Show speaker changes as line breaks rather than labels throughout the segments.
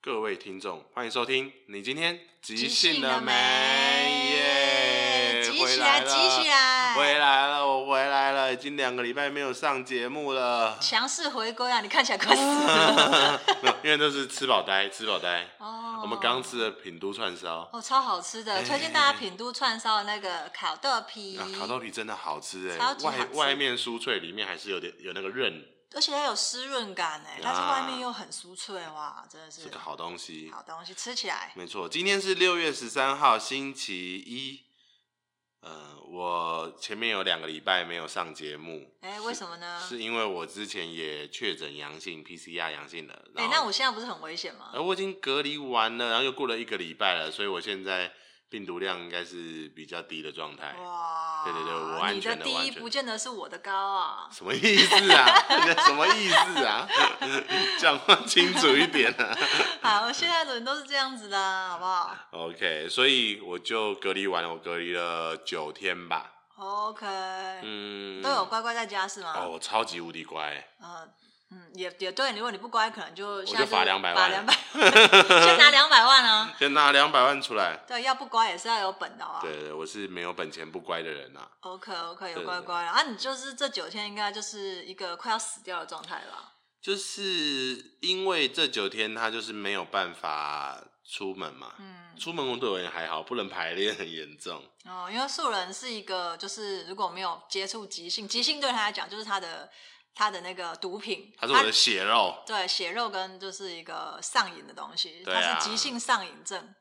各位听众，欢迎收听。你今天即
即
兴
兴
了
了
没？
没
耶！
即
回
起
来
来
了
即起来。
回来了，我回来了，已经两个礼拜没有上节目了
强势回归啊！你看起来快死
哦
了。
没有因为都是吃饱呆，吃饱呆。
哦
我们刚吃的品都串烧，
哦，超好吃的，推荐 大家品都串烧的那个烤豆皮，
啊，烤豆皮真的好吃哎
超，级好
外
吃
外面酥脆，里面还是有点有那个韧，
而且它有湿润感哎，但是
啊
外面又很酥脆哇，真的是
是个好东西。
好东西，吃起来
没错，今天是六月十三号，星期一。呃，我前面有两个礼拜没有上节目，
哎，为什么呢？
是因为我之前也确诊阳性，PCR 阳性了。然
哎，
后
那我现在不是很危险吗？
而我已经隔离完了，然后又过了一个礼拜了，所以我现在病毒量应该是比较低的状态。
哇，
哎对对对我安
你
全的我
第
安
一
全
不见得是我的高啊。
什么意思啊？ 你在什么意思啊？ 讲话清楚一点啊。
好，现在的人都是这样子的啊，好不好
OK，所以我就隔离完了，我隔离了九天吧。
？OK，
嗯，
都有乖乖在家是吗？
哦，我超级无敌乖，
呃，嗯，也也对，如果你不乖，可能就现在
就罚200万
罚 两百， 先拿两百万啊。
先拿两百万出来。
对，要不乖也是要有本的啊。
对对，我是没有本钱不乖的人呐、啊。
，OK OK，
对
有乖乖了啊。你就是这九天应该就是一个快要死掉的状态了吧？
就是因为这九天他就是没有办法出门嘛，
嗯，
出门对我也还好，不能排练很严重。
哦，因为素人是一个就是如果没有接触急性，急性对他来讲就是他的他的那个毒品，
他是我的血肉，
对血肉跟就是一个上瘾的东西，
对啊
他是急性上瘾症。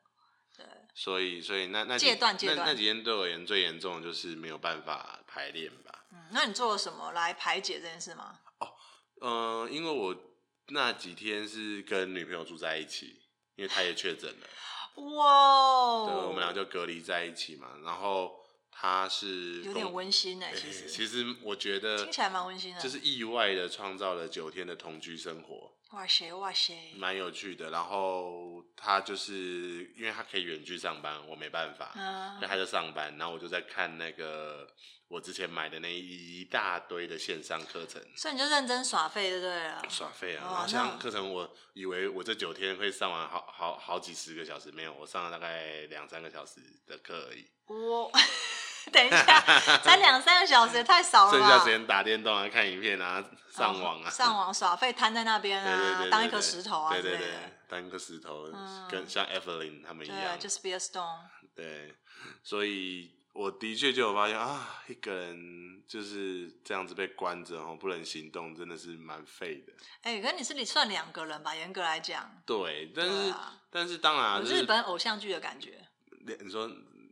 所以所以那那几
戒断戒
那
断
那几天对我而言最严重的就是没有办法排练吧。
嗯，那你做了什么来排解这件事吗？
嗯、因为我那几天是跟女朋友住在一起，因为她也确诊了，
哇
对，
哦，
我们俩就隔离在一起嘛。然后她是
有
跟
点
我
温馨哎、
哎
其实、
其实我觉得
听起来蛮温馨的。
就是意外的创造了九天的同居生活。
哇塞哇塞，
蛮有趣的。然后他就是因为他可以远距上班，我没办法，
嗯
所以他就上班，然后我就在看那个我之前买的那一大堆的线上课程。
所以你就认真耍废就对了。
耍废啊！
哦
然后像
那
课程，我以为我这九天会上完好好好几十个小时，没有，我上了大概两三个小时的课而已，
我等一下，才两三个小时也太少了吧？
剩下时间打电动啊、看影片啊、上网啊、
哦上网耍废，瘫在那边
对，对对
啊，
对对，
当一颗石头啊
对
之类
对
的。
对，当一颗石头，
嗯
跟像 Evelyn 他们一样
对，啊就是 be a stone。
对，所以我的确就有发现啊，一个人就是这样子被关着哦，不能行动，真的是蛮废的。
哎、可是你是你算两个人吧？严格来讲，
对，但是、
对啊
但是当然、
有
就是，
日本偶像剧的感觉。
两你说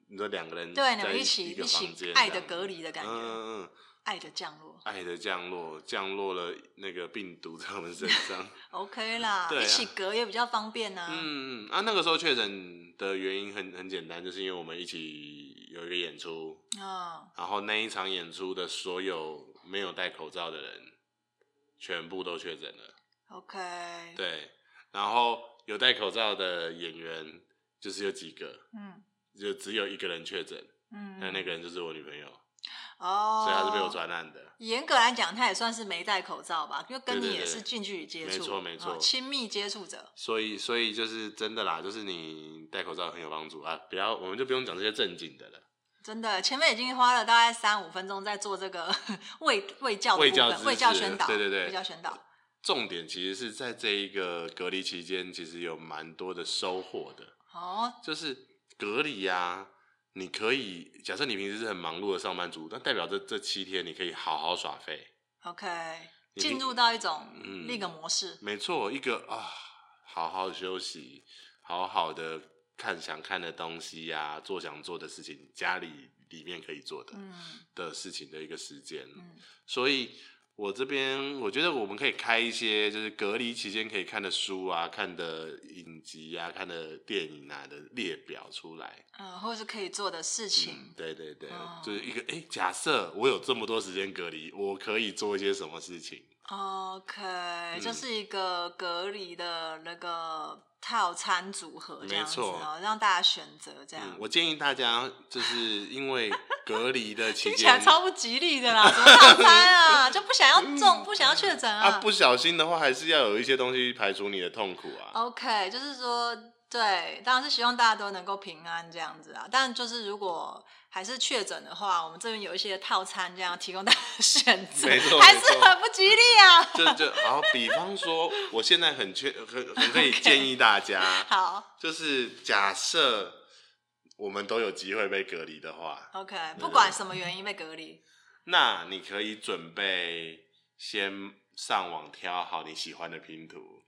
你说两个人
对，你
嗯在
们一
起
起
个
起
房间
爱
这
的
样
隔离的感觉，
嗯嗯嗯，
爱的降落。
爱的降落，降落了那个病毒在我们身 上。
OK 啦，
对啊
一起隔也比较方便呐、
嗯嗯啊，那个时候确诊的原因很很简单，就是因为我们一起有一个演出，
嗯
然后那一场演出的所有没有戴口罩的人，全部都确诊了。
，OK。
对，然后有戴口罩的演员就是有几个，
嗯
就只有一个人确诊，
嗯，
那那个人就是我女朋友，
哦，
所以她是被我传染的。
严格来讲，他也算是没戴口罩吧，因为跟
对对
你
对
也是近距离接触，
没错没错
哦亲密接触者。
所以，所以就是真的啦，就是你戴口罩很有帮助啊！不要，我们就不用讲这些正经的了。
真的，前面已经花了大概三五分钟在做这个 卫卫教的
卫
部
教
分
知
卫教
识
宣导，
对对对
卫教宣导。
重点其实是在这一个隔离期间，其实有蛮多的收获的。
哦，
就是隔离啊，你可以假设你平时是很忙碌的上班族，那代表这这七天你可以好好耍废。
，OK，
你
进入到一种
嗯
另一个模式。
没错，一个啊，好好休息，好好的看想看的东西呀、做想做的事情，家里里面可以做的、
嗯
的事情的一个时间。
嗯，
所以我这边我觉得我们可以开一些就是隔离期间可以看的书啊、看的影集啊、看的电影啊的列表出来。
嗯，或者是可以做的
嗯
事情。
对对对，
哦
就是一个哎、诶假设我有这么多时间隔离，我可以做一些什么事情？嗯
OK，这是一个隔离的那个 time 套餐组合这样子
没错
哦，让大家选择这样。
嗯我建议大家就是因为隔离 的期
听起来
间，
超不吉利的啦，什 么套餐 啊，就不想要中，不想要确诊
啊不小心的话，还是要有一些东西排除你的痛苦
哦
啊。
OK，就是说，对，当然是希望大家都能够平安这样子啊。但就是如果还是确诊的话，我们这边有一些套餐这样提供大家选择，
没错
还
没
是
错
很不吉利啊。
就就好，比方说，我现在很确很很可以
OK
建议大家，
好
就是假设我们都有机会被隔离的话，
，OK，不管什么原因被隔离，
那你可以准备先上网挑好你喜欢的拼图，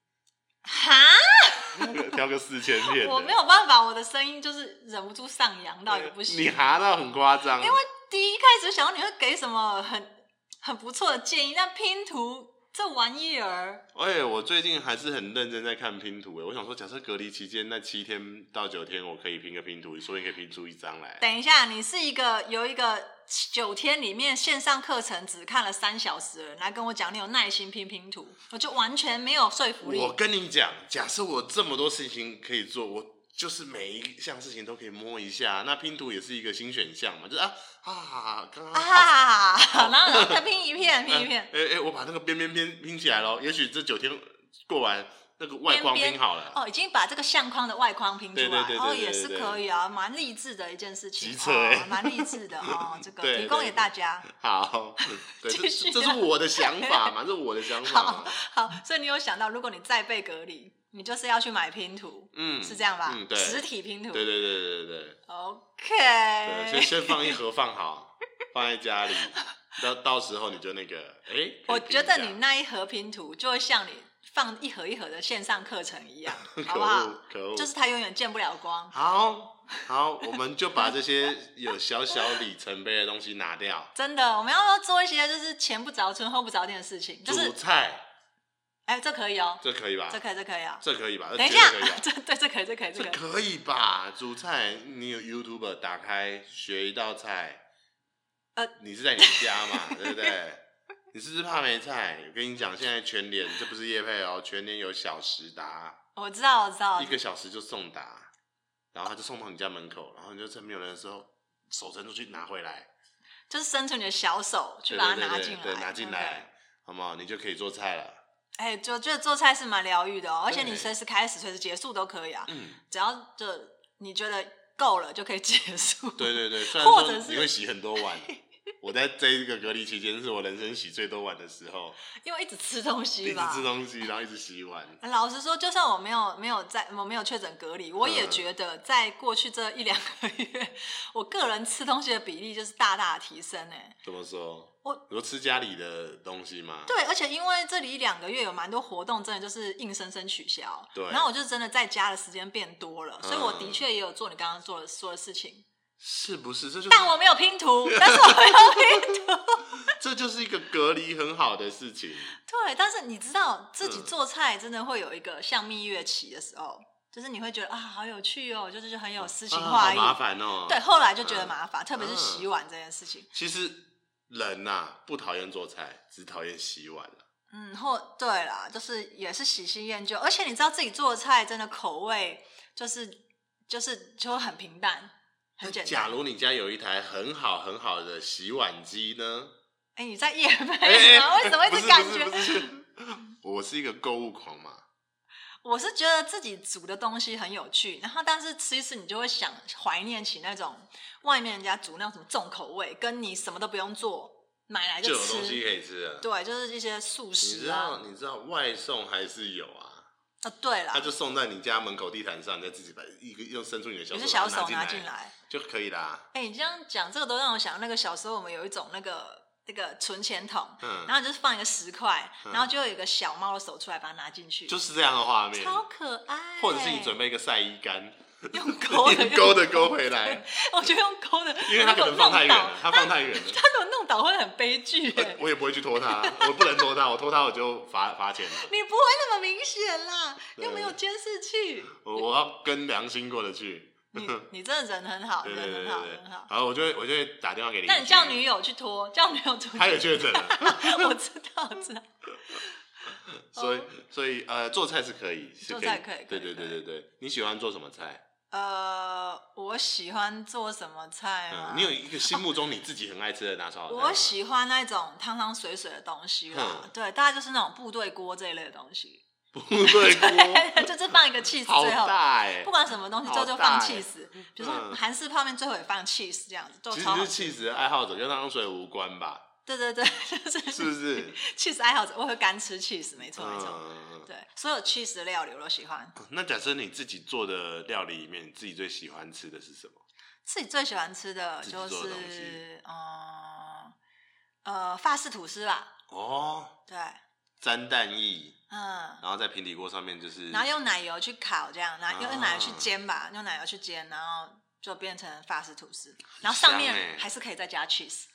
哈，
挑个四千片的。
我没有办法，我的声音就是忍不住上扬到一个不行。
你哈到很夸张，啊
因为第一开始想到你会给什么很很不错的建议，但拼图这玩意儿，
哎、我最近还是很认真在看拼图哎，我想说，假设隔离期间那七天到九天，我可以拼个拼图，说不定可以拼出一张来。
等一下，你是一个有一个九天里面线上课程只看了三小时的人来跟我讲你有耐心拼拼图，我就完全没有说服力。
我跟你讲，假设我这么多事情可以做，我就是每一项事情都可以摸一下，那拼图也是一个新选项嘛，就是啊啊，刚刚好。
啊， 然后再拼一片，拼一片
哎，哎、我把那个边边边拼起来喽。也许这九天过完，那个外框
边边
拼好了，
哦，已经把这个相框的外框拼出来，
对对对对
哦，
对对
也是
对
可以啊，蛮励志的一件事情，
机车欸
哦，蛮励志 的哦，这
对
个
对
提供给大家。
好，嗯 对，
继续
这
啊
这是我的想法嘛，这是我的想法嘛，
好，所以你有想到，如果你再被隔离，你就是要去买拼图，
嗯，
是这样吧？
嗯，对，
实体拼图。
对对对对对对对，
OK
先。先放一盒放好，放在家里，到到时候你就那个，哎、可以
我
拼
觉
一
得
下
你那一盒拼图就会像你放一盒一盒的线上课程一样，好
可
不好
恶？可恶，
就是它永远见不了光。
好好，我们就把这些有小小里程碑的东西拿掉，
真的，我们要不要做一些就是前不着村后不着店的事情？就是
煮，菜
哎，这可以哦，
这可以吧
这？可以，这可以啊。
这可以 吧？这
等一
绝
下
对可以吧，啊
这对，这可以，这可以，这
这
可以。
可以吧？煮菜，你有 YouTube 打开学一道菜，
呃，
你是在你家嘛， 对不对？你是不是怕没菜？我跟你讲，现在全年这不是叶配哦，全年有小时达，
我知道，我知道
一。个小时就送达，然后他就送到你家门口，然后你就趁没有人的时候手伸出去拿回来，
就是伸出你的小手去
对
把它
对
拿
对
进
对，
来，
对，拿进
OK
来，好不好？你就可以做菜了。
哎、就觉得做菜是蛮疗愈的、哦，而且你
对
随时开始、随时结束都可以啊，
嗯，
只要就你觉得够了就可以结束。
嗯对对 对，虽然
或者
说
是
你会洗很多碗，我在这一个隔离期间是我人生洗最多碗的时候。
因为一直吃东
一
西
直
吧。
吃东西，然后一直洗碗。
老实说，就算我没有没有在我没有确诊隔离，我也
嗯
觉得在过去这一两个月， 我个人吃东西的比例就是大大提升哎、
怎么说？
我
你说吃家里的东西吗？
对，而且因为这里一两个月有蛮多活动，真的就是硬生生取消。
对
然后我就真的在家的时间变多了，所以我的
嗯
确也有做你刚刚做的说的事情，
是不是？这就是
但我没有 拼图，但是我没有拼
这就是一个隔离很好的事情。
对，但是你知道自己
嗯
做菜真的会有一个像蜜月期的时候，就是你会觉得啊，好有趣哦，就是就很有诗情
啊
画
好
意。
麻烦哦。
对，，后来就觉得麻烦，特别是
嗯
洗碗这件事情。
其实人呐、不讨厌做菜，只讨厌洗碗了。
嗯，后对啦，就是也是喜新厌旧，而且你知道自己做的菜真的口味就是就是就会很平淡，很简
假
单。
如你家有一台很好很好的洗碗机呢？哎
哎，你在夜配吗？为什么一
不
直
是
感
不是
觉
不？是我是一个购物狂嘛。
我是觉得自己煮的东西很有趣，然后但是吃一吃你就会想怀念起那种外面人家煮那种什么重口味，跟你什么都不用做，买来
就有东西
吃。
可以吃了。
对，就是一些素
你知
食啊
道，，你知道外送还是有啊。
啊对啦
他，就送在你家门口地毯上，你再自己把一个用伸出你的小
也
手，
是小手
拿
拿进来。
就可以啦。
哎、你这样讲这个都让我想到那个小时候我们有一种那个那个存钱筒，
嗯，
然后就是放一个十块，
嗯
然后就有一个小猫的手出来把它拿进去，
就是这样的画面，
超可爱。
或者是你准备一个晒衣 杆，
用勾的
勾的勾回来，
我觉得用勾的，
因为它可能放太远了，它放太远 了，
他如果弄倒会很悲 剧耶、
我也不会去拖它，我不能拖它，我拖它我就罚罚钱了，
你不会那么明显啦，
对
又没有监视器。
我我要跟良心过得去。
你你真的人很好，
对对
人
对
很
对
好，
对
人很好，。
然后我就会我就会打电话给你，
那你哦叫女友去拖，叫女友出
他也确
去。
诊了，
我知道，我知道。
所以所以呃，做菜是可以，是
做菜可以
对
可
对
以
对对对，你喜欢做什么菜？
呃，我喜欢做什么菜吗？
嗯，你有一个心目中你自己很爱吃的拿嗯手好菜吗
我喜欢那种汤汤水水的东西啦
哼，
对，大概就是那种部队锅这一类的东西，
部 队锅，
就是放一个 cheese
好
最后，
大哎、
不管什么东西
好
最后就
大
放
欸
cheese，比如说
嗯
韩式泡面最后也放 cheese 这样子，都
其
超
实
好
是
吃。
气质爱好者，跟汤水无关吧？
对对对，就 是
是不 是？
cheese 爱好者，我会干吃 cheese，没错没错，
嗯，
对，所有 cheese 的料理我都喜欢。
那假设你自己做的料理里面，你自己最喜欢吃的是什么？
自己最喜欢吃的
自己
就
做的东
是
西
嗯呃法式吐司吧，
哦，
对，
沾蛋液，
嗯，
然后在平底锅上面就是，
然后用奶油去烤，这样，然后用
啊
奶油去煎吧，用奶油去煎，然后就变成法式吐司，然后上
香欸
面还是可以再加 cheese，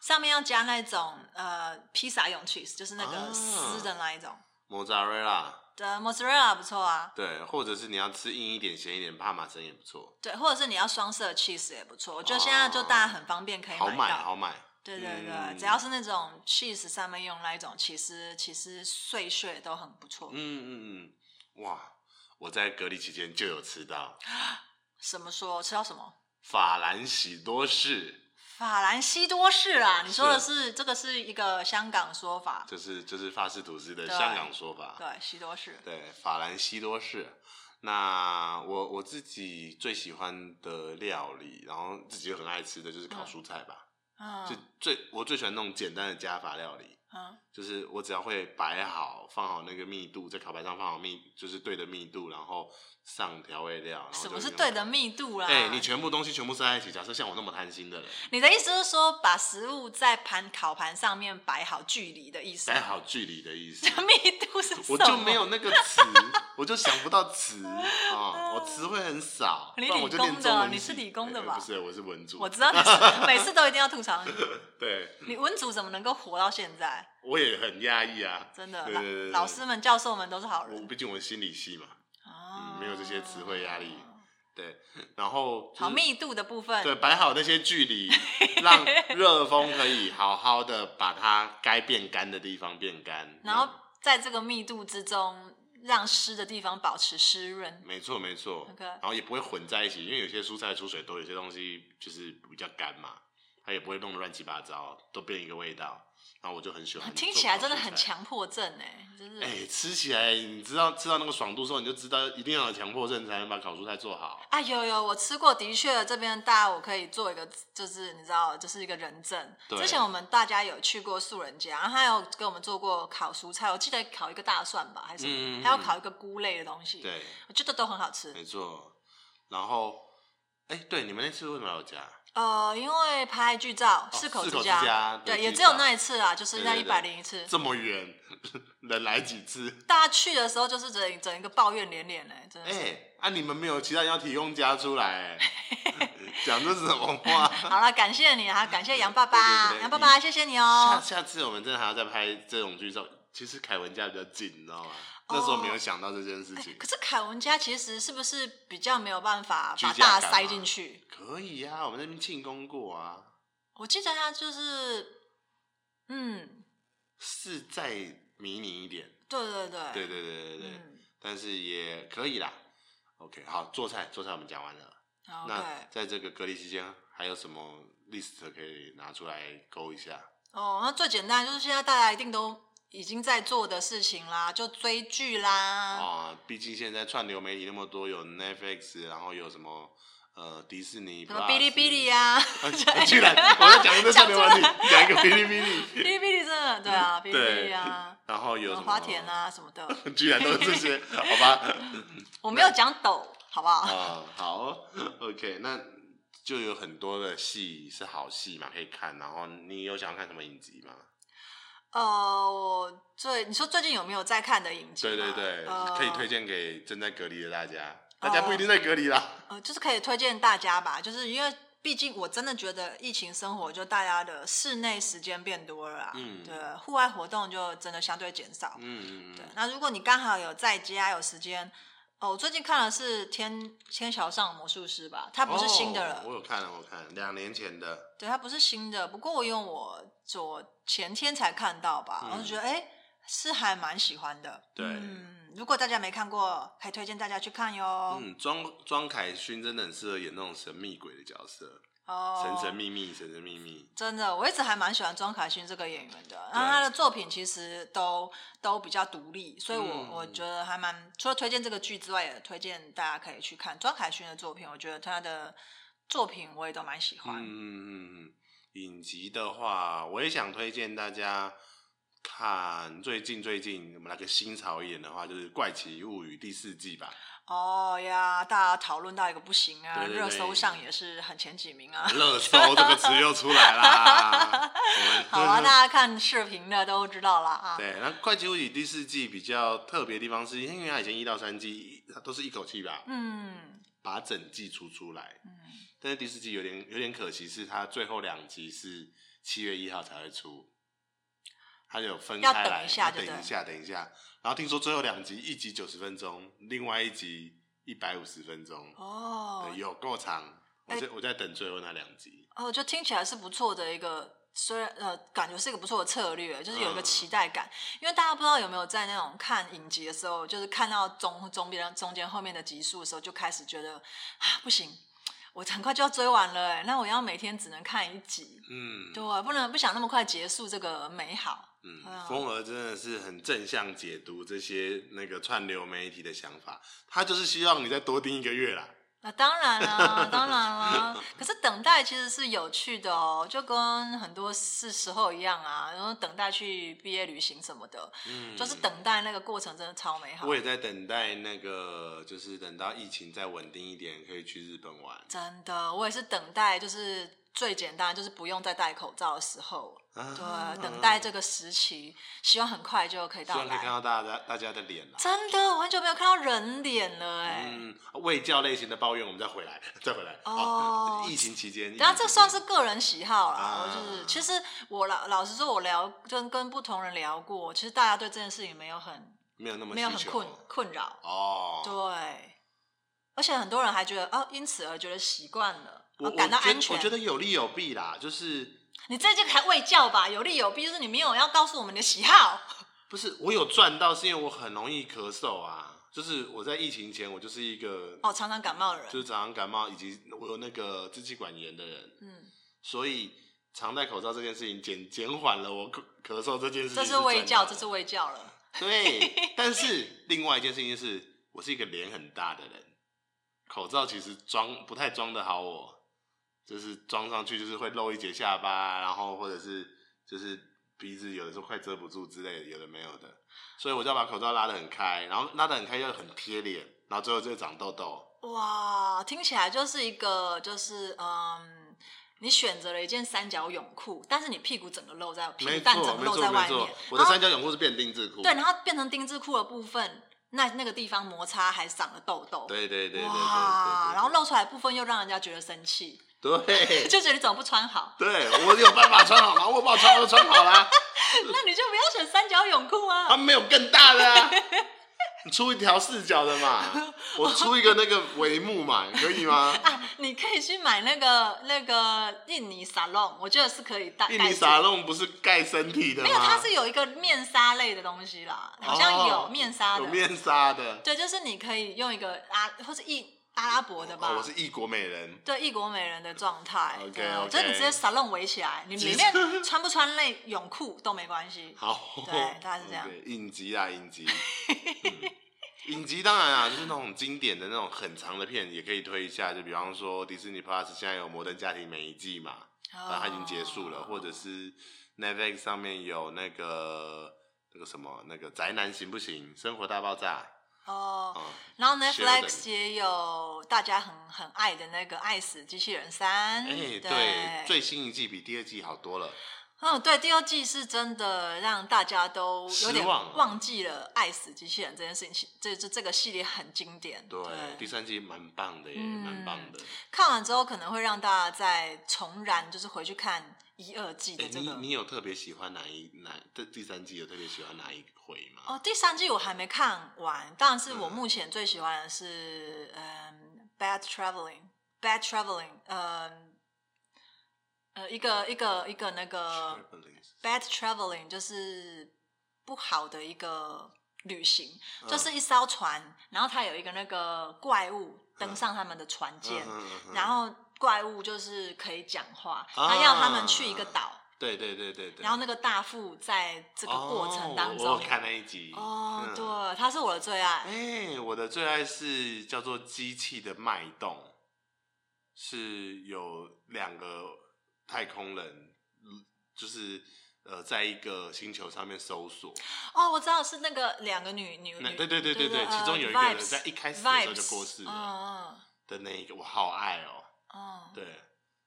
上面要加那种呃披萨用 cheese，就是那个
啊
丝的那一种。
莫扎瑞拉，
对，mozzarella 不错啊，
对，或者是你要吃硬一点、咸一点，帕玛森也不错，
对，或者是你要双色 cheese 也不错。我觉得现在就大家很方便可以
啊好买
到，
好买。
对对对，
嗯
只要是那种 cheese 上面用那一种，其实其实碎屑都很不错。
嗯嗯嗯，哇！我在隔离期间就有吃到
什么说吃到什么？
法兰喜多士，
法兰西多士啊，你说的是这个是一个香港说法，
就是就是法式吐司的
对
香港说法。
对，西多士。
对，法兰西多士。那我我自己最喜欢的料理，然后自己又很爱吃的就是烤蔬菜吧，就
嗯
最我最喜欢那种简单的加法料理，
嗯
就是我只要会摆好，放好那个密度，在烤盘上放好密，就是对的密度，然后上调味料。然后
什
就
么是
用
对的密度啦？
哎、你全部东西全部塞在一起。假设像我那么贪心的人，
你的意思是说，把食物在盘烤盘上面摆好距离的意思？
塞好距离的意思，
密度是什么？
我就没有那个词，我就想不到词啊、我词汇很少。
你
不然我
理
就
工
念
的啊
中文
你
系
是理工的
哎
吧
不是，我是文组。
我知道 你是每次都一定要吐槽你，
对，
你文组怎么能够活到现在？
我也很压抑啊。
真的，
对
老
对对对
老师们、教授们都是好
我
人
毕竟我是心理系嘛，嗯
啊
没有这些词汇压力对。然后、就是、
哦好，密度的部分，
对，摆好那些距离，让热风可以好好的把它该变干的地方变干。
然后在这个密度之中，让湿的地方保持湿润。
没错没错
OK
然后也不会混在一起，因为有些蔬菜出水多，有些东西就是比较干嘛，它也不会弄得乱七八糟，都变一个味道。然后我就很喜欢，
啊听起来真的很。强迫症哎，就是、
哎、吃起来你知道吃到那个爽度之后，你就知道一定要有强迫症才能把烤蔬菜做好。
啊，有有，我吃过，的确这边大家我可以做一个，就是你知道，就是一个人证。
对
之前我们大家有去过素人家，然后他有给我们做过烤蔬菜，我记得烤一个大蒜吧，还是什么，
嗯
还有烤一个菇类的东西，
对，
我觉得都很好吃。
没错。然后，哎、对，你们那次为什么要有加？
呃，因为拍剧
哦
照，四口
四口之
家，
家的
对，也
剧
只有
照
那一次啊，就是
对
那一
对
百
对
零一次。
这么远，能来几次？
大家去的时候就是整整一个抱怨连连嘞、真的
哎、
是。
啊，你们没有其他人要提供加出 来、哎讲这是什么话？
好了，感谢你啊，感谢杨爸
对对
爸，
对嗯
杨爸爸，谢谢你
下
哦。
下次我们真的还要再拍这种剧照，其实凯文家比较近，你知道吗？
哦
那时候没有想到这件事情。
哎可是凯文家其实是不是比较没有办法
居
把
家
大家
感
塞
嘛
进去？
可以呀、啊，我们那边庆功过啊，
我记得他就是，嗯，
是再迷你一点。
对对对，
对对对对对，
哎嗯
但是也可以啦。OK，好，做菜做菜我们讲完了。
好
那
，OK，
在这个隔离期间，还有什么 list 可以拿出来勾一下？
哦，那最简单就是现在大家一定都已经在做的事情啦，就追剧啦，
啊，毕竟现在串流媒体那么多，有 Netflix，然后有什么呃迪士尼，
什么哔哩哔哩呀、
啊居然我在讲一个串流媒体
讲，
讲一个哔哩哔
哔
哩，
哩哔哩真的 对啊，哔哩哔哩啊，
然后有
什
什
么
么哦
花田，啊 什么的，
居然都是这 些，好吧？
我没有讲抖，好不好？
啊，好，OK，那就有很多的戏是好戏嘛，可以看。然后你有想要看什么影集吗？哦
呃，我最你说最近有没有在看的影集
对
吗？
对对，
呃、
可以推。荐给正在隔离的大家，大家不一定在隔离啦。
呃，就是可以推荐大家吧，就是因为毕竟我真的觉得疫情生活就大家的室内时间变多了啦，
嗯
对，户外活动就真的相对减少。
嗯嗯
哦对
嗯，，
那如果你刚好有在家有时间，哦，我最近看的是天《天桥上的魔术师》吧，它
它
不是新的了，
哦我有看了，我看两年前的。
对，它不是新的，不过我用我昨前天才看到吧，然后就觉得哎、诶是还蛮喜欢的。
嗯对
嗯，如果大家没看过，还推荐大家去看哟。
嗯，庄庄凯勋真的很适合演那种神秘鬼的角色，
哦，
神神秘秘，神神秘秘。
真的，我一直还蛮喜欢庄凯勋这个演员的，然后他的作品其实都都比较独立，所以我、
嗯
我觉得还蛮除了推荐这个剧之外，也推荐大家可以去看庄凯勋的作品。我觉得他的作品我也都蛮喜
嗯
欢。
嗯嗯嗯，影集的话，我也想推荐大家看最近最近我们那个新潮演的话，就是《怪奇物语》第四季 吧，
哦呀，大家讨论到一个不行啊，
对对对
热搜上也是很前几名啊。
热搜这个词又出来 啦。我们
好啊，大家看视频的都知道了啊。
对，那《怪奇物语》第四季比较特别的地方是，因为它以前一到三季它都是一口气吧，
嗯
把整季出出来，
嗯，
但是第四季有点有点可惜，是它最后两集是七月一号才会出，它有分开
要
来，
等一下
要
就对
等一下，等一下。然后听说最后两集一集九十分钟，另外一集一百五十分钟，
哦
对，有够长。我
哎
在、我在等最后那两集，
哦，就听起来是不错的一个，虽然呃，感觉是一个不错的策略，就是有一个
嗯
期待感。因为大家不知道有没有在那种看影集的时候，就是看到中中边中间后面的集数的时候，就开始觉得啊不行，我很快就要追完了、欸，那我要每天只能看一集，
嗯
对，啊不能不想那么快结束这个美好。
嗯
哎呀，
风儿真的是很正向解读这些那个串流媒体的想法，他就是希望你再多盯一个月啦。
那当然啦，当然啦。 可是等待其实是有趣的哦，就跟很多事时候一样啊，然后等待去毕业旅行什么的，
嗯，
就是等待那个过程真的超美好
我。也在等待那个，就是等到疫情再稳定一点，可以去日本玩。
真的，我也是等待，就是最简单，就是不用再戴口罩的时候，
啊
对，等待这个时期，希望很快就可以
希
到
望可以看
来。
到大家大家的脸啦。啊
真的，我很久没有看到人脸了哎、
嗯，卫教类型的抱怨，我们再回来， 再回来。
哦
好疫情期间，
然后
疫
这
情期
算是
间
个人喜好啦，
啊
我就是其实我老老实说，我聊跟跟不同人聊过，其实大家对这件事情没有很
没有那么
没有
需
很
求
困啊困扰，
哦。
对，而且很多人还觉得哦，因此而觉得习惯了，
我
啊感到
我觉得
安全。
我觉得有利有弊啦，就是
你这就还未教吧，有利有弊，就是你没有要告诉我们你的喜好。
不是我有赚到，是因为我很容易咳嗽啊，就是我在疫情前，我就是一个
哦，常常感冒的人，
就是常常感冒以及我有那个支气管炎的人，
嗯，
所以常戴口罩这件事情减减缓了我咳咳嗽这件事情。
这是未教，这
是
是未教了。
对，但是另外一件事情是，我是一个脸很大的人，口罩其实装不太装得好我，就是装上去就是会露一截下巴，然后或者是就是鼻子有的时候快遮不住之类的，有的没有的，所以我就要把口罩拉得很开，然后拉得很开又很贴脸，然后最后就会长痘痘。
哇，听起来就是一个就是嗯，你选择了一件三角泳裤，但是你屁股整个露在，屁股
没
蛋
错，
整个
没
露
错，
在
没
外
错
面，。
我的
然后
三角泳裤是变定制裤。
对，然后变成丁字裤的部分，那那个地方摩擦还长了痘痘，
对对对对对对
哇，
对
然后露出来的部分又让人家觉得生气，
对
就觉得你怎么不穿好？
对，我有办法穿好吗？我把我穿好都穿好啊啦。
那你就不要选三角泳裤 啊
他！们没有更大的啊，你出一条四角的 嘛，我出一个那个帷幕嘛，可以吗？
啊，你可以去买那个那个印尼沙龙，我觉得是可以带。
印
带
尼
住
沙龙不是盖身体的吗？
没有，它是有一个面纱类的东西啦，好像有
哦
面纱的
有，面纱的。
对，就是你可以用一个阿或是一阿拉伯的吧，
哦，我是异国美人，
对异国美人的状态
OK，
对
OK
就是你直接 salon 围起来，你
其
里
实
面穿不穿内泳裤都没关 系。
好，
对大概是这样
OK，影集啦，影集。嗯影集当然啊，就是那种经典的那种很长的片，也可以推一下。就比方说迪士尼 Plus 现在有《摩登家庭》每一季嘛，然
然
后啊它已经结束
哦
了，或者是 Netflix 上面有那个那个什么那个宅男行不行？生活大爆炸啊、
哦，
嗯
然后 Netflix
Sheldon
也有大家很很爱的那个《爱死机器人三》，
哎、对，最新一季比第二季好多了。
嗯，对，第二季是真的让大家都有
失
点
望了
忘记了爱死机器人这件事情，这这这个系列很经典。
对，第三季蛮棒的耶，
嗯
蛮、棒的。
看完之后可能会让大家再重燃，就是回去看一二季
哎、
的这
你
个。
你有特别喜欢哪一哪这第三季有特别喜欢哪一回吗？
哦，第三季我还没看完，但是我
嗯
目前最喜欢的是嗯，《Bad Traveling》，《Bad Traveling》，嗯，呃，一个一个一个那个呃
Travelings
《Bad Traveling》就是不好的一个旅行，
嗯
就是一艘船，然后它有一个那个怪物登上他们的船舰，
嗯嗯嗯
然后怪物就是可以讲话，
啊
他要他们去一个岛，
对对对对对。
然后那个大副在这个过程当中，
哦、我我有看那一集。
哦
嗯
对，他是我的最爱，
哎、我的最爱是叫做《机器的脉动》，是有两个太空人，嗯就是呃，在一个星球上面搜索。
哦，我知道是那个两个女女，
那
女
对对对对对，
呃
其中有一个人
Vibes，
在一开始的时候就
Vibes，
过世了
嗯
的那一个，我好爱哦、
嗯嗯，
对，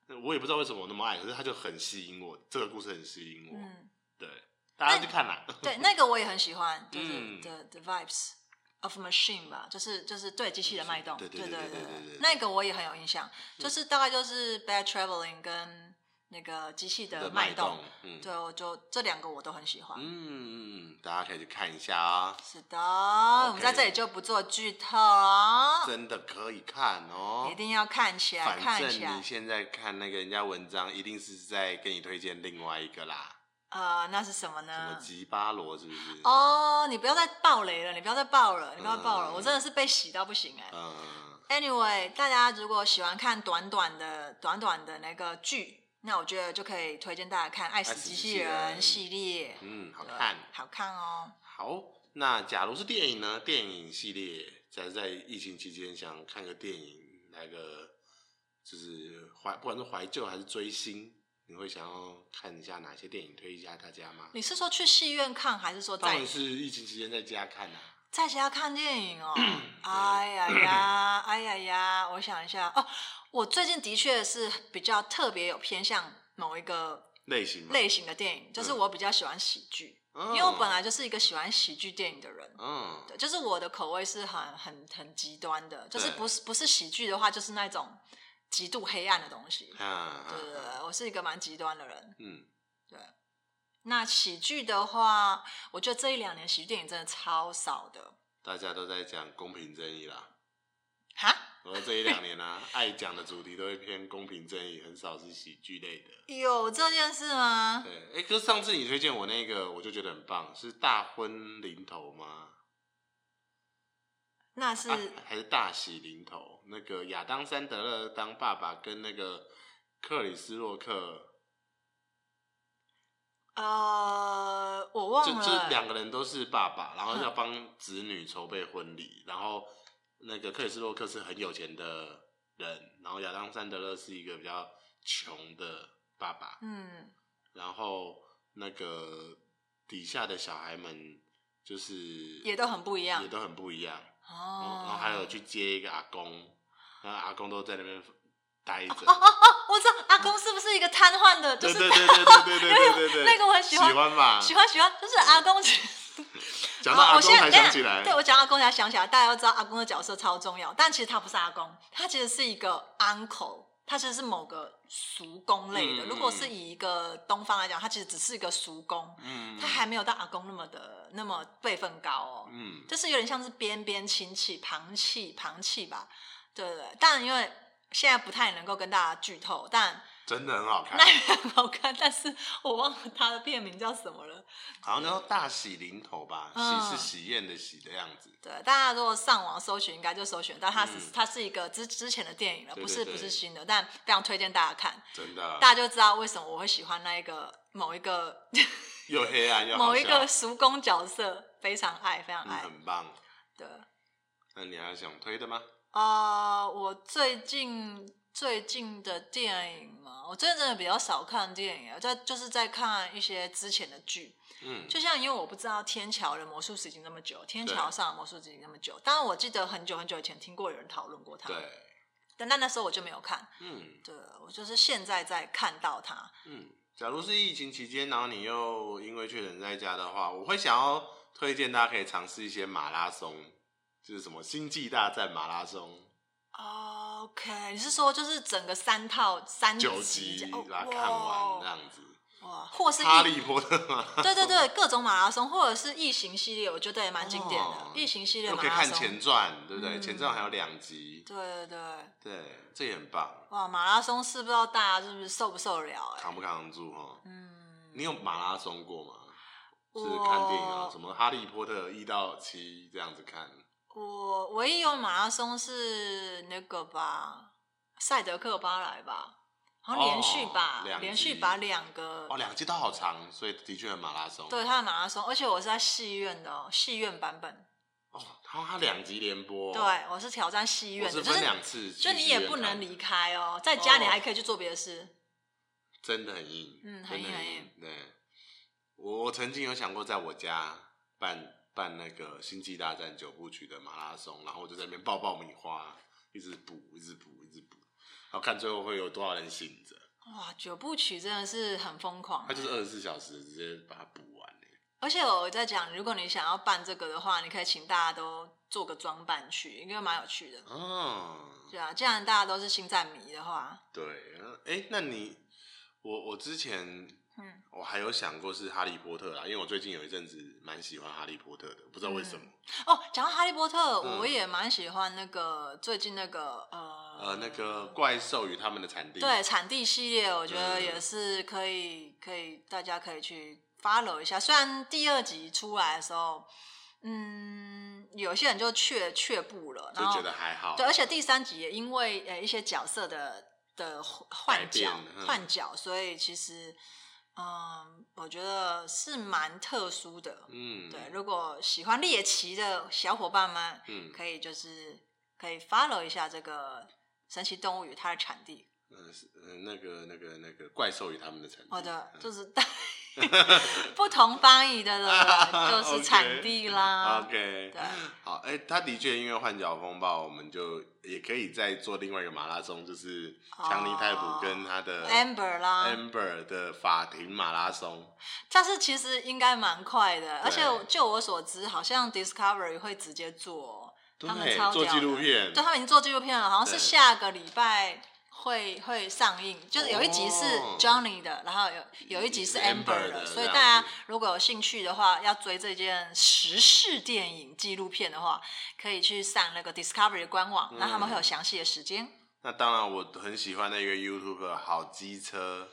那我也不知道为什么我那么爱，可是他就很吸引我，这个故事很吸引我。
嗯，
对，大家去看啦。
对，那个我也很喜欢，就是
嗯
The The Vibes of Machine 吧，就是就是对机器的脉动，
对对
对
对对
对
对嗯对对
那个我也很有印象，就是大概就是 Bad Traveling 跟那个机器的脉动，，
嗯
对，我就这两个我都很喜欢。
嗯，大家可以去看一下啊、
是的，我们在这里就不做剧透哦，
真的可以看哦。
一定要看起来，
反
看
正
起来
你。现在看那个人家文章，一定是在给你推荐另外一个啦，
呃，那是什么
什么
呢？
吉巴罗是不是？，
哦，你不要再爆雷了，你不要再爆了，你不要爆了，
嗯
我真的是被洗到不行哎、
嗯，
Anyway，大家如果喜欢看短短的、短短的那个剧，那我觉得就可以推荐大家看《爱死机器人》系列，
嗯，好看。
好看哦。
好，那假如是电影呢？电影系列，假如在疫情期间想看个电影，来个就是怀，不管是怀旧还是追星，你会想要看一下哪些电影推荐一下大家吗？
你是说去戏院看，还是说
当
在
然是疫情期间在家看啊。
在家看电影哦？ 哎呀呀，哎呀呀！我想一下哦，我最近的确是比较特别有偏向某一个
类型吗？
类型的电影，就是我比较喜欢喜剧，
嗯，
因为我本来就是一个喜欢喜剧电影的人。
嗯，
对，就是我的口味是很很很极端的，就是
对
不是不是喜剧的话，就是那种极度黑暗的东西。
啊，
对对对，我是一个蛮极端的人。
嗯，
那喜剧的话，我觉得这一两年喜剧电影真的超少的
大家都在讲公平正义啦。
哈，
我这一两年呢、 啊，爱讲的主题都会偏公平正义，很少是喜剧类的。
有这件事吗？
对，哎、可是上次你推荐我那个，我就觉得很棒，是大婚临头吗？
那是、
啊、还是大喜临头？那个亚当·山德勒当爸爸，跟那个克里斯·洛克，
呃，我
就
忘了
就
欸、
两个人都是爸爸，然后
嗯
要帮子女筹备婚礼，然后那个克里斯·洛克是很有钱的人，然后亚当·山德勒是一个比较穷的爸爸，
嗯，
然后那个底下的小孩们就是
也都很不一样
也都很不一样。
哦
然后然后还有去接一个阿公，然后阿公都在那边待着。
哦我知道阿公是不是一个瘫痪的，就
对
是
对对对对对对对对，
那个我很喜欢
喜欢吧？
喜欢喜欢，就是阿公。
讲到阿
哦
公
我现在
才想起来，
对我讲阿公才想起来，大家要知道阿公的角色超重要，但其实他不是阿公，他其实是一个 uncle，他其实是某个叔公类的。
嗯
如果是以一个东方来讲，他其实只是一个叔公，
嗯
他还没有到阿公那么的那么辈分高哦，
嗯
就是有点像是边边亲戚、旁戚、旁戚吧，对对对。但因为现在不太能够跟大家剧透，但
真的很好看
那，也很好看，但是我忘了他的片名叫什么了。
好像叫大喜临头吧，
嗯
喜是喜宴的喜的样子。
对，大家如果上网搜寻，应该就搜寻到它是、
嗯
它是一个之之前的电影了，
对
不
对
是
对啊
不是新的，但非常推荐大家看，
真的，
大家就知道为什么我会喜欢那一个某一个
又黑暗又好
某一
笑
个，叔公角色，非常爱，非常
嗯，
爱。
很棒。
对，
那你还有想推的吗？
呃，我最近最近的电影嘛，我最近真的比较少看电影，我在就是在看一些之前的剧，
嗯，
就像因为我不知道天桥的魔术师已经那么久，天桥
对
上的魔术师已经那么久，当然我记得很久很久以前听过有人讨论过它。
对，
但但那时候我就没有看，
嗯
对我就是现在在看到它。
嗯。假如是疫情期间，然后你又因为确诊在家的话，我会想要推荐大家可以尝试一些马拉松，就是什么星际大战马拉松，
哦 OK，你是说就是整个三套三
九
集
集
这样
把它
啊哦
看完这样子。
哇哇，或是
哈
异
利波特嘛，
对对对各种马拉松，或者是异形系列，我觉得也蛮经典的
哦。
异形系列
又
马
可以
拉
看
松，
前传，对不对？
嗯
前传还有两集，
对对对，
对，这也很棒，
哇，马拉松是不知道大家是不是受不受得了哎、
扛不扛得住哈？
嗯，
你有马拉松过吗？是看电影啊
我，
什么《哈利波特》一到七这样子看。
我唯一有马拉松是那个吧，赛德克巴莱吧，好像连续吧，
哦两集
连续把两个，
哦，两季都好长，所以的确很马拉松。
对，他的马拉松，而且我是在戏院的哦戏院版本，
哦，它它两集连播、啊
对，我是挑战戏
我
院
是
的，就
分
是
两次去戏
就
院看，
你也不能离开哦，在家你还可以去做别的事，
真的很硬，
嗯
真的
很
很
硬
硬。对，我我曾经有想过在我家办办那个《星际大战》九部曲的马拉松，然后我就在那边爆爆米花，一直补，一直补，一直补，然后看最后会有多少人醒着。
哇，九部曲真的是很疯狂
它，就是二十四小时直接把它补完欸、
而且我在讲，如果你想要办这个的话，你可以请大家都做个装扮去，应该蛮有趣的，
哦，
对啊，既然大家都是星战迷的话。
对，哎、那你我我之前。
嗯，
我还有想过是哈利波特啦，因为我最近有一阵子蛮喜欢哈利波特的，不知道为什么。
哦，讲到哈利波特，
嗯
我也蛮喜欢那个最近那个呃
呃，那个怪兽与他们的产地，
对产地系列，我觉得
嗯
也是可以可以大家可以去 follow 一下。虽然第二集出来的时候，嗯，有些人就却却步了，
就
然后
觉得还好。
对，而且第三集也因为呃一些角色的的换
改
换
变
角
嗯
换角，所以其实嗯，我觉得是蛮特殊的。
嗯，
对，如果喜欢猎奇的小伙伴们，
嗯
可以就是可以 follow 一下这个神奇动物与它的产地。
呃是呃那个那个那个怪兽与他们的产地，
好的，
嗯
就是 不同方译 的人就
OK
是产地啦。
OK，
对，
好，哎、他的确因为换角风暴，我们就也可以再做另外一个马拉松，就是
哦
强尼泰普跟他的
Amber 啦，
Amber 的法庭马拉松。
但是其实应该蛮快的，而且
对
就我所知，好像 Discovery 会直接做，他们超
对，做
屌
纪录
的
片，
对他们已经做纪录片了，好像是
对
下个礼拜会会上映，就是有一集是
哦
Johnny 的，然后有有一集是
一集是
Amber
Amber 的
所以
这样
大家
子
如果有兴趣的话，要追这件时事电影纪录片的话，可以去上那个 Discovery 的官
嗯
网，然后他们会有详细的时间。
那当然，我很喜欢那个 YouTube 好机车，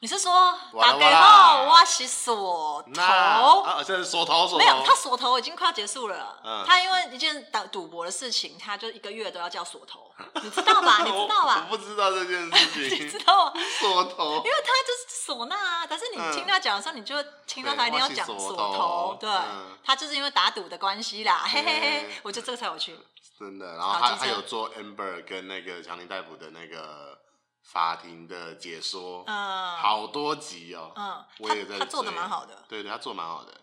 你是说
哇啦哇
打
啦
给后挖起锁
那
头？
啊，这是锁头锁头，
没有，他锁头已经快要结束了。
嗯
他因为一件赌赌博的事情，他就一个月都要叫锁 头，你知道吧？你知道吧
我？？我不知道这件事
你知
情，
道吗？
锁头
因，为他就是唢呐啊，但是你
嗯
听他讲的时候，你就听到他一定要讲
对花旗
锁
锁头
头，对
嗯，
他就是因为打赌的关系啦，嘿嘿嘿
嗯，
我就这个才有趣。
真的，然后他
好机
他
车
有做 Amber 跟那个强尼戴普的那个法庭的解说，
嗯
好多集哦，
嗯，
我也在
他他做的
追
蛮好的
对对，他做蛮好的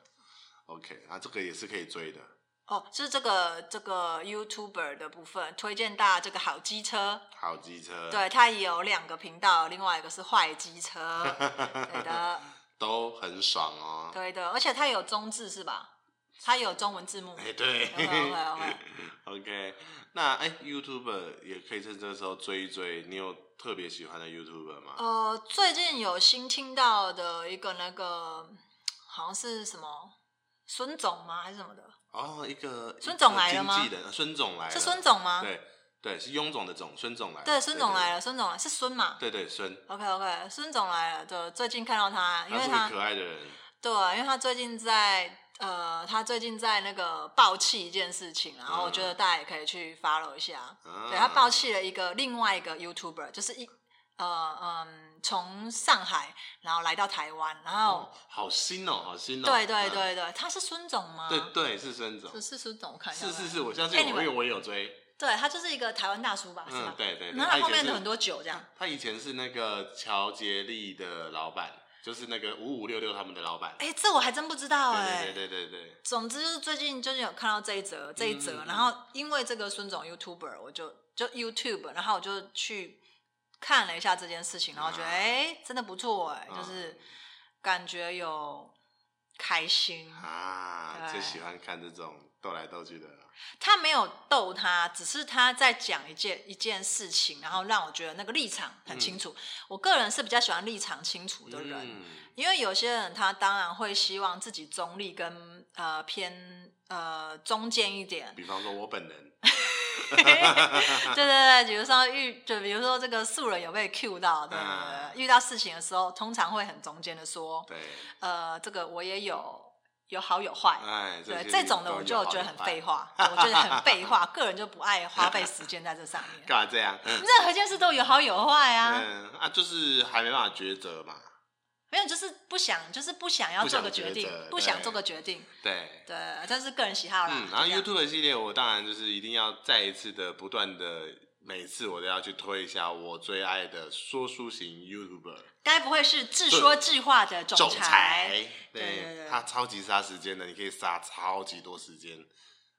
，OK，那这个也是可以追的，
哦，是这个这个 YouTuber 的部分推荐大家这个好机车，
好机车，，
对，他也有两个频道，另外一个是坏机 车，对的，
都很爽哦，
对的，而且他有中字是吧？他有中文字幕，
哎对
有有有有
，OK，那哎 YouTuber 也可以趁这时候追一追，你有特别喜欢的 YouTuber 吗？
呃，最近有新听到的一个那个，好像是什么孙总吗？还是什么的？
哦，一个
孙
一
总
个
来了
经
吗
纪人，呃孙总来了，
是孙总吗？
对对，是臃肿的总，孙总来了。
对，孙总来了，孙总来是孙嘛
对。对对，孙，
？OK OK，孙总来了。对，最近看到他，因
他
为
是
他
个可爱的人。
对，啊因为他最近在呃，他最近在那个爆气一件事情，然后我觉得大家也可以去 follow 一下。
啊
对他爆气了一个另外一个 YouTuber，就是一呃嗯，从上海然后来到台湾，然后、
哦，好新哦，好新哦。
对对
嗯
对对，他是孙总吗？
对对，是孙总
是，是孙总，我看一下。
是是是，，我相信
哎
我，
你
因
们
为我也有追。
对他就是一个台湾大叔吧，是吧
嗯，？对对对，
然后他后
以前
面
是
很多酒这样。
他以前是那个乔杰利的老板，就是那个五五六六他们的老板。
哎，这我还真不知道哎。
对对对对对，
总之就是最近就是有看到这一则这一则，
嗯
然后因为这个孙总 YouTuber，我就就 YouTube，然后我就去看了一下这件事情，然后觉得
啊
哎真的不错哎，
啊
就是感觉有开心。
啊，
对
最喜欢看这种斗来斗去的。
他没有逗他，只是他在讲一件一件事情，然后让我觉得那个立场很清楚。我个人是比较喜欢立场清楚的人，
嗯，
因为有些人他当然会希望自己中立跟呃偏呃中间一点，
比方说我本人，啊
对对对，比如说遇就比如说这个素人有被 Q 到，对对对，
嗯
遇到事情的时候，通常会很中间的说，
对，
呃，这个我也有有好有坏。
哎，
对
些
这种的，
都
我
有
就
好
觉得
有
很
坏
废。话，我觉得很废话，个人就不爱花费时间在这上 面。
干嘛这样？
任何一件事都有好有坏啊，
嗯啊，就是还没办法抉择嘛。
没有就是不想，就是不想要
不
做
想
个决
抉
定
择，
不想
对
做个决定。
对，
对，这是个人喜好啦。
嗯，然
就
后
啊这样
YouTube 系列，我当然就是一定要再一次的不断的，每次我都要去推一下我最爱的说书型 YouTuber
该不会是自说自话的
总
裁？
对
对对对
他超级杀时间的，你可以杀超级多时间，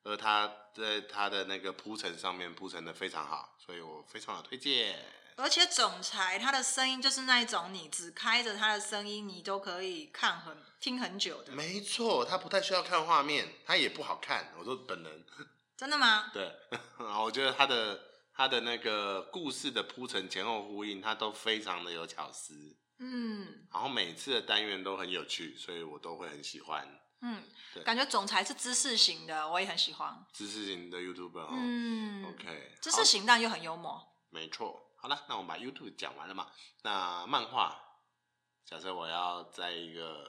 而他在他的那个铺陈上面铺陈的非常好，所以我非常的推荐。
而且总裁他的声音就是那一种，你只开着他的声音，你都可以看很听很久的。
没错，他不太需要看画面，他也不好看。我说本人
真的吗？
对， 然后我觉得他的他的那个故事的铺陈前后呼应，他都非常的有巧思，
嗯
然后每次的单元都很有趣，所以我都会很喜欢
嗯
对，
感觉总裁是知识型的，我也很喜欢。
知识型的 YouTuber 哦。
嗯，
OK，
知
好
识型但又很幽默。
没错。好了，那我们把 YouTube 讲完了嘛？那漫画，假设我要在一个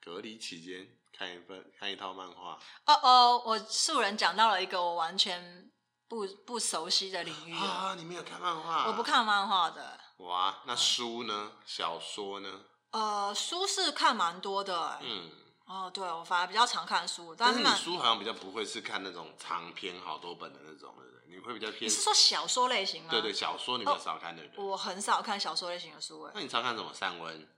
隔离期间看一份看一套漫画
哦哦，我素人讲到了一个我完全不不熟悉的领域了
啊，你没有看漫画？
哎我不。看漫画的。
哇，那书呢？小说呢？
呃，书是看蛮多的、欸
嗯，
哦，对，我反而比较常看书，
但
但
是你
是漫
书好像比较不会是看那种长篇好多本的那种，对不对？你会比较
你
偏
是说啊小说类型吗？
对对，小说，你
哦
比较少看，对不对？
我很少看小说类型的书、欸，
那你常看什么散文？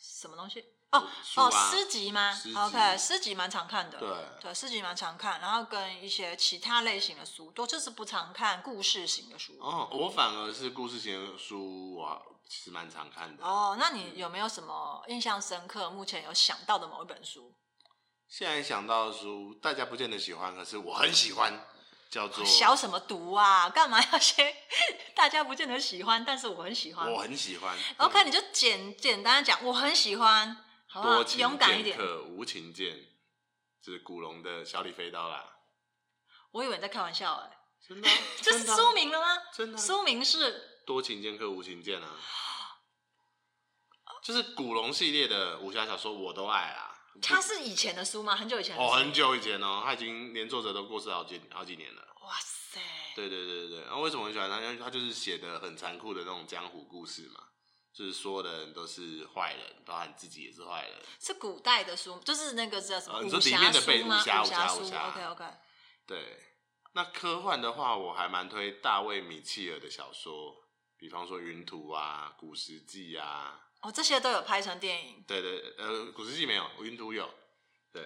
什么东西？哦、
书
哦，
啊
诗集吗
诗集
？OK，诗集蛮常看的，
对
对，诗集蛮常看，然后跟一些其他类型的书，都就是不常看故事型的书。
哦，我反而是故事型的书，我其实蛮常看的。
哦，那你有没有什么印象深刻？目前有想到的某一本书？
现在想到的书，大家不见得喜欢，可是我很喜欢，叫做
哦小什么读啊？干嘛要先？大家不见得喜欢，但是我很喜欢。哦
我很喜欢。
OK，你就简简单的讲，我很喜欢，好不好
多？情
勇敢一
剑。
点
客无情剑，就是古龙的小李飞刀啦。
我以为你在开玩笑哎、，
真的啊
这是
真的啊
书名了吗？
真的啊
书名是
多情剑客无情剑啊，就是古龙系列的武侠小说我都爱啦。
它是以前的书吗？很久以前的
哦，
书。
很久以前哦，他已经连作者都过世好几好几年了。
哇塞！
对对对对对，然、后为什么很喜欢他？因为他就是写的很残酷的那种江湖故事嘛，就是所有的人都是坏人，包含自己也是坏人。
是古代的书，就是那个叫什么
啊
武
你说
侠书
里
吗？
面的背武侠武
武侠
侠武
书。
侠
OK OK。
对，那科幻的话，我还蛮推大卫米切尔的小说，比方说《云图》啊，《古时记》啊，
哦，这些都有拍成电影。
对对，呃，《古时记》没有，《云图》有，对，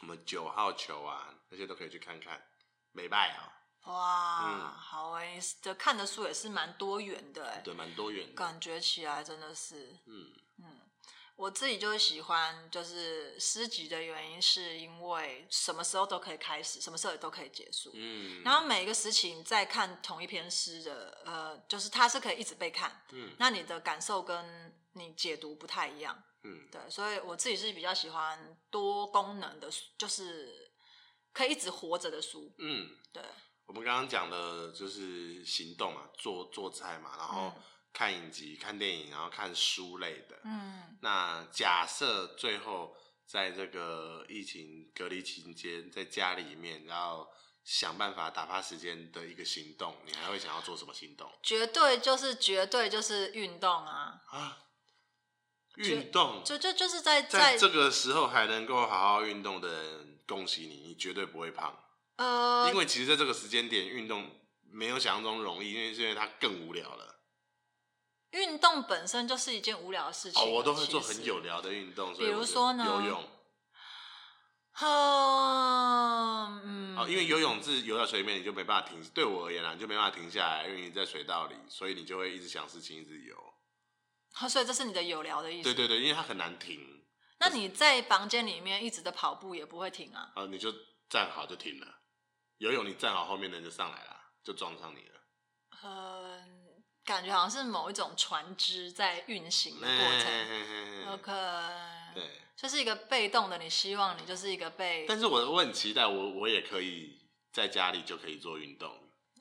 什么九号球啊，那些都可以去看看，美拜啊、
哇，
嗯
好哎、这看的书也是蛮多元的哎、
对，蛮多元的，
感觉起来真的是。
嗯，
嗯，我自己就是喜欢，就是诗集的原因，是因为什么时候都可以开始，什么时候也都可以结束。
嗯，
然后每个时期你在看同一篇诗的，呃，就是它是可以一直被看，
嗯
那你的感受跟你解读不太一样，
嗯，
对，所以我自己是比较喜欢多功能的书，就是可以一直活着的书，
嗯。
对，
我们刚刚讲的就是行动嘛，做做菜嘛，然后
嗯
看影集、看电影，然后看书类的。
嗯
那假设最后在这个疫情隔离期间，在家里面，然后想办法打发时间的一个行动，你还会想要做什么行动
绝对就是绝对就是运动啊，
啊？
觉
运动，
就就就是在
在这个时候还能够好好运动的人，恭喜你，你绝对不会胖。
呃
因为其实在这个时间点，运动没有想象中容易，因为是因为它更无聊了。
运动本身就是一件无聊的事情。啊
哦，我都会做
其实
很有。聊的运动，所以
比如
我就
说呢
游泳
嗯嗯，
哦，因为游泳是游到水里面，你就没办法停。对我而言啊啦，你就没办法停下来，因为你在水道里，所以你就会一直想事情，一直游。
哦所以这是你的有聊的意思。
对对对，因为它很难停，
那你在房间里面一直的跑步也不会停啊？
然哦后你就站好就停了。游泳你站好，后面的人就上来了，就撞上你了。
呃，感觉好像是某一种船只在运行的过程。
过
OK，
对，
就是一个被动的，你希望你就是一个被
但是我我很期待，我我也可以在家里就可以做运动，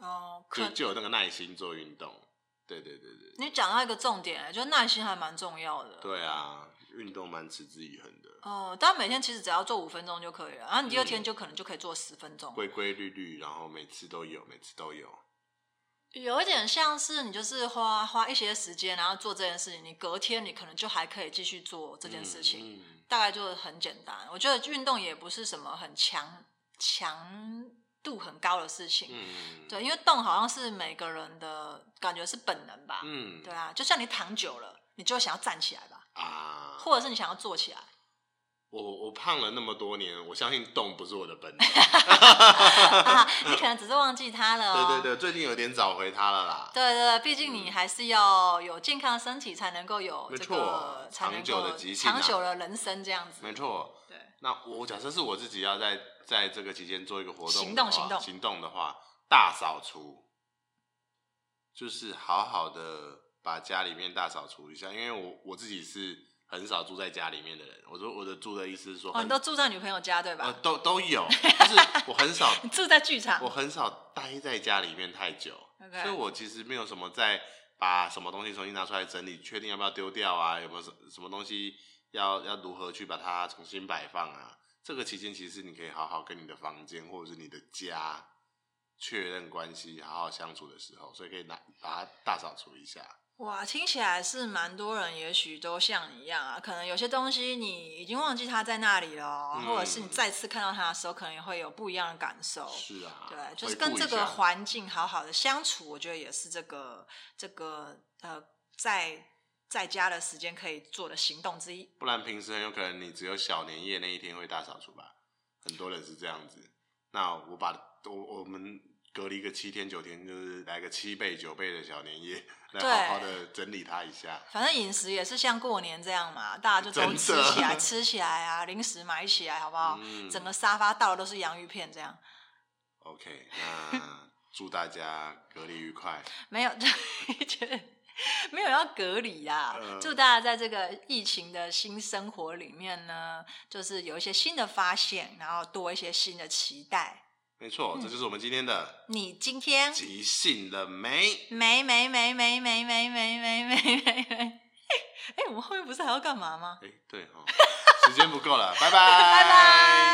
哦，
就
可
就有那个耐心做运动。对对对对，
欸你讲到一个重点、就耐心还蛮重要的。
对啊，运动蛮持之以恒的，
哦，但每天其实只要做五分钟就可以了，然后啊你第二
嗯
天就可能就可以做十分钟。
规规律律，然后每次都有，每次都有。
有一点像是你就是花花一些时间，然后做这件事情，你隔天你可能就还可以继续做这件事情，
嗯，嗯
大概就是很简单。我觉得运动也不是什么很强强度很高的事情，
嗯，
对，因为动好像是每个人的感觉是本能吧，
嗯
对啊，就像你躺久了，你就会想要站起来吧，
啊，
或者是你想要坐 起来。
我我胖了那么多年，我相信动不是我的 本能。
啊，你可能只是忘记它了、哦。
对对对，最近有点找回它了啦。
对对对，毕竟你还是要有健康的身体，才能够有
没
这
错
个，才能
长久
够
的极限啊
长久的人生这样子。
没错，
对，
那我假设是我自己要在在这个期间做一个活动的话，
行动行动
行动的话，大扫除，就是好好的把家里面大扫除一下，因为我我自己是很少住在家里面的人，我说我的住的意思是说
哦，
很，
你都住在女朋友家对吧？
呃都都 有，就是我很少
你住在剧场
我很少待在家里面太久
OK
所以我其实没有什么在把什么东西重新拿出来整理，确定要不要丢掉啊，有没有什什么东西要要如何去把它重新摆放啊？这个期间其实你可以好好跟你的房间或者是你的家确认关系，好好相处的时候，所以可以拿把它大扫除一下。
哇，听起来是蛮多人，也许都像你一样啊，可能有些东西你已经忘记它在那里了哦，
嗯
或者是你再次看到它的时候，可能也会有不一样的感受。
是啊，
哦对，就是
回顾
跟这
一下
个环境好好的相处，我觉得也是这个这个呃，在在家的时间可以做的行动之一。
不然平时很有可能你只有小年夜那一天会大扫除吧，很多人是这样子。那我把我我们隔离个七天九天，就是来个七倍九倍的小年夜，来好好的整理它一下。
反正饮食也是像过年这样嘛，大家就都吃
真的
起来，吃起来啊，零食买起来，好不好？
嗯
整个沙发到的都是洋芋片，这样
OK，那祝大家隔离愉快。
没有， 就是没有要隔离啊。
嗯
祝大家在这个疫情的新生活里面呢，就是有一些新的发现，然后多一些新的期待。
没
嗯
错，这就是我们今天的
你今天
即兴了没？
没没没没没没没没没没没， 哎，我们后面不是还要干嘛吗？
哎、对哦，时间不够了，拜拜，
拜拜。